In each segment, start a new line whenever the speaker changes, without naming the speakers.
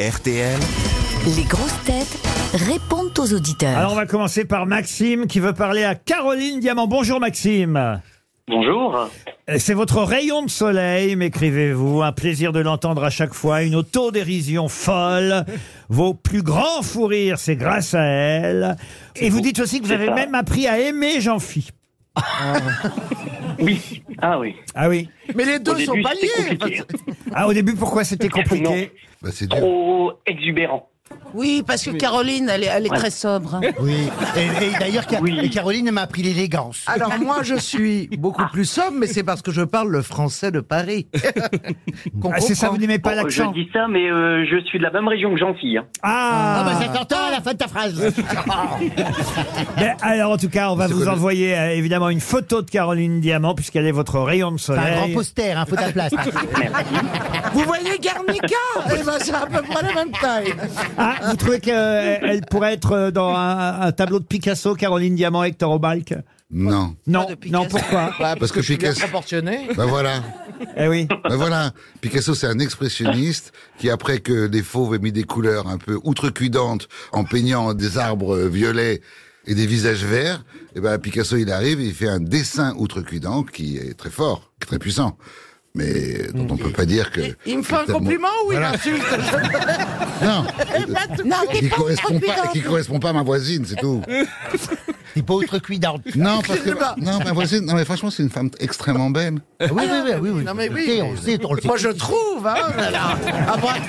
RTL.
Les grosses têtes répondent aux auditeurs.
Alors on va commencer par Maxime qui veut parler à Caroline Diamant. Bonjour Maxime.
Bonjour.
Euh, C'est votre rayon de soleil, m'écrivez-vous. Un plaisir de l'entendre à chaque fois. Une autodérision folle. Vos plus grands fous rires, c'est grâce à elle. Et vous dites aussi que vous
C'est
avez
ça.
même appris à aimer Jean-Phi.
Oui. Ah oui.
Ah oui.
Mais les
Au
deux sont
début,
pas
c'était
liés.
compliqué. hein.
Ah au début pourquoi c'était compliqué
Bah, c'est dur.
Trop exubérant.
Oui, parce que Caroline, elle est, elle est très sobre. hein.
Oui. Et, et d'ailleurs, Ca-
Oui.
et Caroline m'a appris l'élégance.
Alors moi, je
suis beaucoup plus somme, mais c'est parce que je parle le français de Paris.
Ah, C'est ça, vous n'aimez pas
Bon, je
l'accent
dis ça, mais euh, je suis de la même région que Jean-Fille. hein.
Ah,
bah,
bah,
s'entend à la fin de ta phrase.
Ben, alors en tout cas, on va vous envoyer euh, évidemment une photo de Caroline Diamant puisqu'elle est votre rayon de
C'est un grand
soleil.
poster, hein, faut de la place.
Vous voyez Garnica Eh ben, c'est à peu près la même taille.
Ah, vous trouvez qu'elle pourrait être euh, dans un, un tableau de Picasso, Caroline Diamant, Hector Obalk
Non.
Non,
de Picasso.
non, pourquoi
Parce que je suis casse-
proportionné.
Bah voilà.
Eh oui.
Bah voilà. Picasso, c'est un expressionniste qui, après que les fauves aient mis des couleurs un peu outrecuidantes en peignant des arbres violets et des visages verts, et ben Picasso, il arrive et il fait un dessin outrecuidant qui est très fort, très puissant. Mais dont on peut pas dire que...
Il me fait un
que-
compliment ou il
Voilà.
insulte
Non,
Non,
qui correspond pas, qui correspond pas à ma voisine, c'est tout.
C'est pas autre cuidante.
Non, parce que, non, ma voisine, non, mais franchement, c'est une femme extrêmement belle.
Oui,
Ah
oui, oui, oui. oui.
Non, mais
On
oui.
sait, on sait, on le sait.
Moi, je trouve. Hein, voilà. Après,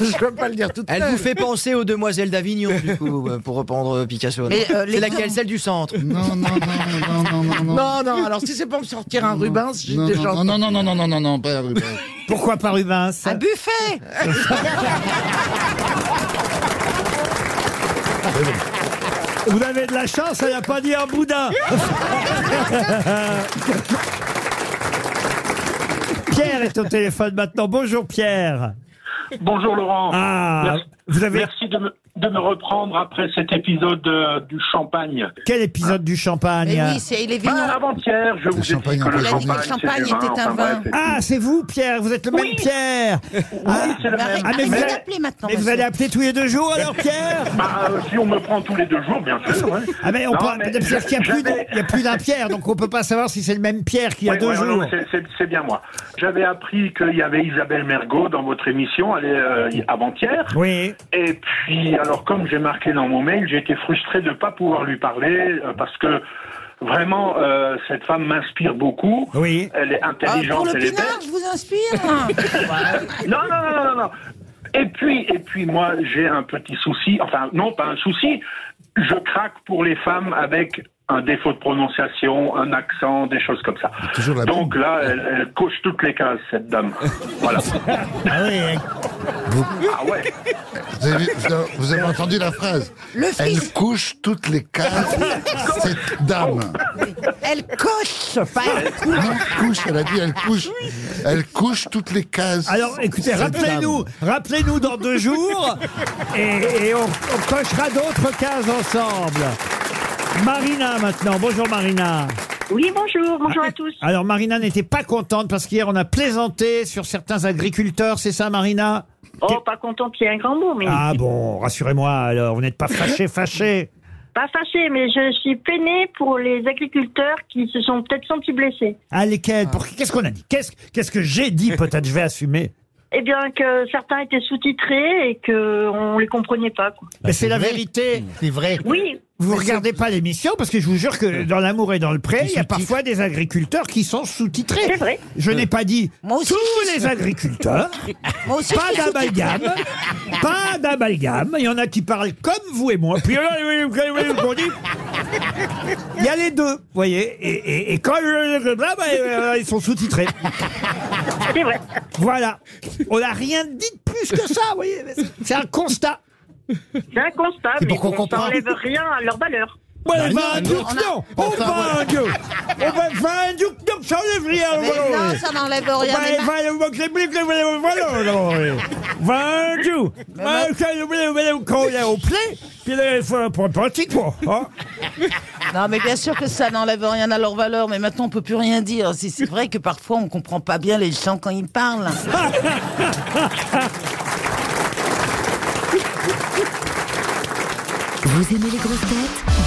je peux pas le dire tout
Elle vous fait penser aux demoiselles d'Avignon, du coup, euh, pour reprendre euh, Picasso.
Mais, euh, les
c'est laquelle Celle du centre.
Non, non, non, non, non, non, non.
Non, Oh, non, alors si c'est pour me sortir un Rubens, j'ai
Non,
des
non,
chansons.
non, non, non, non, non, non, non, pas Rubens.
Pourquoi pas Rubens
Ah, buffet
Vous avez de la chance, elle n'a pas dit un boudin. Pierre est au téléphone maintenant. Bonjour Pierre.
Bonjour Laurent.
Ah,
Merci.
vous avez
Merci de me, de me reprendre après cet épisode euh, du champagne.
quel épisode du champagne
Mais oui, c'est les
Ben,
vignerons.
Avant-hier, je vous ai
champagne
dit que
en
le
poche.
champagne,
Le champagne
c'est du vin,
était un
enfin, bref,
vin.
c'est-
Ah, c'est vous Pierre, vous êtes le même Pierre. Ah,
c'est le
Mais arrête-
même.
Ah, mais
arrête
vous allez-
d'appeler maintenant.
mais vous
monsieur.
allez appeler tous les deux jours alors Pierre
Bah, euh, si on me prend tous les deux jours, bien sûr. hein.
Ah mais on
Non,
peut-
mais
parce qu'il y a
je-
plus de-
j'avais-
il y a plus d'un Pierre, donc on peut pas savoir si c'est le même Pierre qu'il y a
Ouais,
deux
ouais, non,
jours.
non, c'est- c'est- C'est bien moi. J'avais appris qu'il y avait Isabelle Mergot dans votre émission elle est, euh, avant-hier.
Oui.
Et puis, alors comme j'ai marqué dans mon mail, j'ai été frustré de ne pas pouvoir lui parler euh, parce que vraiment, euh, cette femme m'inspire beaucoup.
Oui.
Elle est
Ah, pour
intelligente,
le
elle est
pinard,
belle.
je vous inspire.
Non, non, non, non, non. Et puis, et puis moi, j'ai un petit souci. Enfin, non, pas un souci. Je craque pour les femmes avec un défaut de prononciation, un accent, des choses comme ça.
toujours la
Donc là, elle, elle coche toutes les cases, cette dame. Voilà.
Ah oui, hein.
Ah ouais.
Vous avez, vu- vous avez- vous avez entendu la phrase
Le
Elle
fils.
couche toutes les cases, cette dame.
Elle coche. Pas elle
Non, couche, elle a dit, elle couche. Elle couche toutes les cases.
Alors écoutez,
cette
rappelez-nous,
dame.
rappelez-nous dans deux jours et, et on, on cochera d'autres cases ensemble. Marina maintenant. Bonjour Marina.
Oui, bonjour,
Ah,
bonjour à tous.
Alors Marina n'était pas contente parce qu'hier on a plaisanté sur certains agriculteurs, c'est ça Marina
Oh, pas contente qu'il y ait un grand mot, mais
Ah bon, rassurez-moi alors, vous n'êtes pas fâché, fâché.
pas fâchée, mais je suis peinée pour les agriculteurs qui se sont peut-être sentis blessés.
Ah lesquels Pour qu'est-ce qu'on a dit Qu'est-ce qu'est-ce que j'ai dit Peut-être je vais assumer.
Eh bien, que certains étaient sous-titrés et que on les comprenait pas. quoi.
Mais c'est la
vrai.
vérité.
c'est vrai.
Oui,
Vous regardez pas l'émission parce que je vous jure que dans l'amour et dans le pré, il y a
sous-titrent.
parfois des agriculteurs qui sont sous-titrés.
c'est vrai.
Je n'ai pas dit
Moi aussi,
tous les agriculteurs,
Moi aussi,
pas
je suis
d'amalgame, pas d'amalgame. Il y en a qui parlent comme vous et moi. Puis on dit, il y a les deux, vous voyez. Et, et- et quand bah, ils sont sous-titrés.
C'est vrai.
Voilà. On n'a rien dit de plus que ça, vous voyez. C'est un constat.
C'est un constat, mais
pour qu'on
on
comprenne.
n'enlève rien à leur valeur.
Ouais, ben, Dieu, non, on
Enfin,
va
voilà.
un Dieu. On va faire un Dieu, non, ça enlève rien,
Mais
voilà.
non, ça n'enlève rien.
Ouais,
Mais ma-
voilà, vous manquez plus que vous- voilà, là, ouais. Voilà, un Dieu. Ouais, ça, vous voulez- vous voulez- quand il est au plein, puis là, il faut un point pratique, quoi, hein.
Non, mais
Bien sûr que ça n'enlève rien à leur valeur, mais maintenant on peut plus rien dire. Si c'est vrai que parfois on comprend pas bien les gens quand ils parlent.
Vous aimez les grosses têtes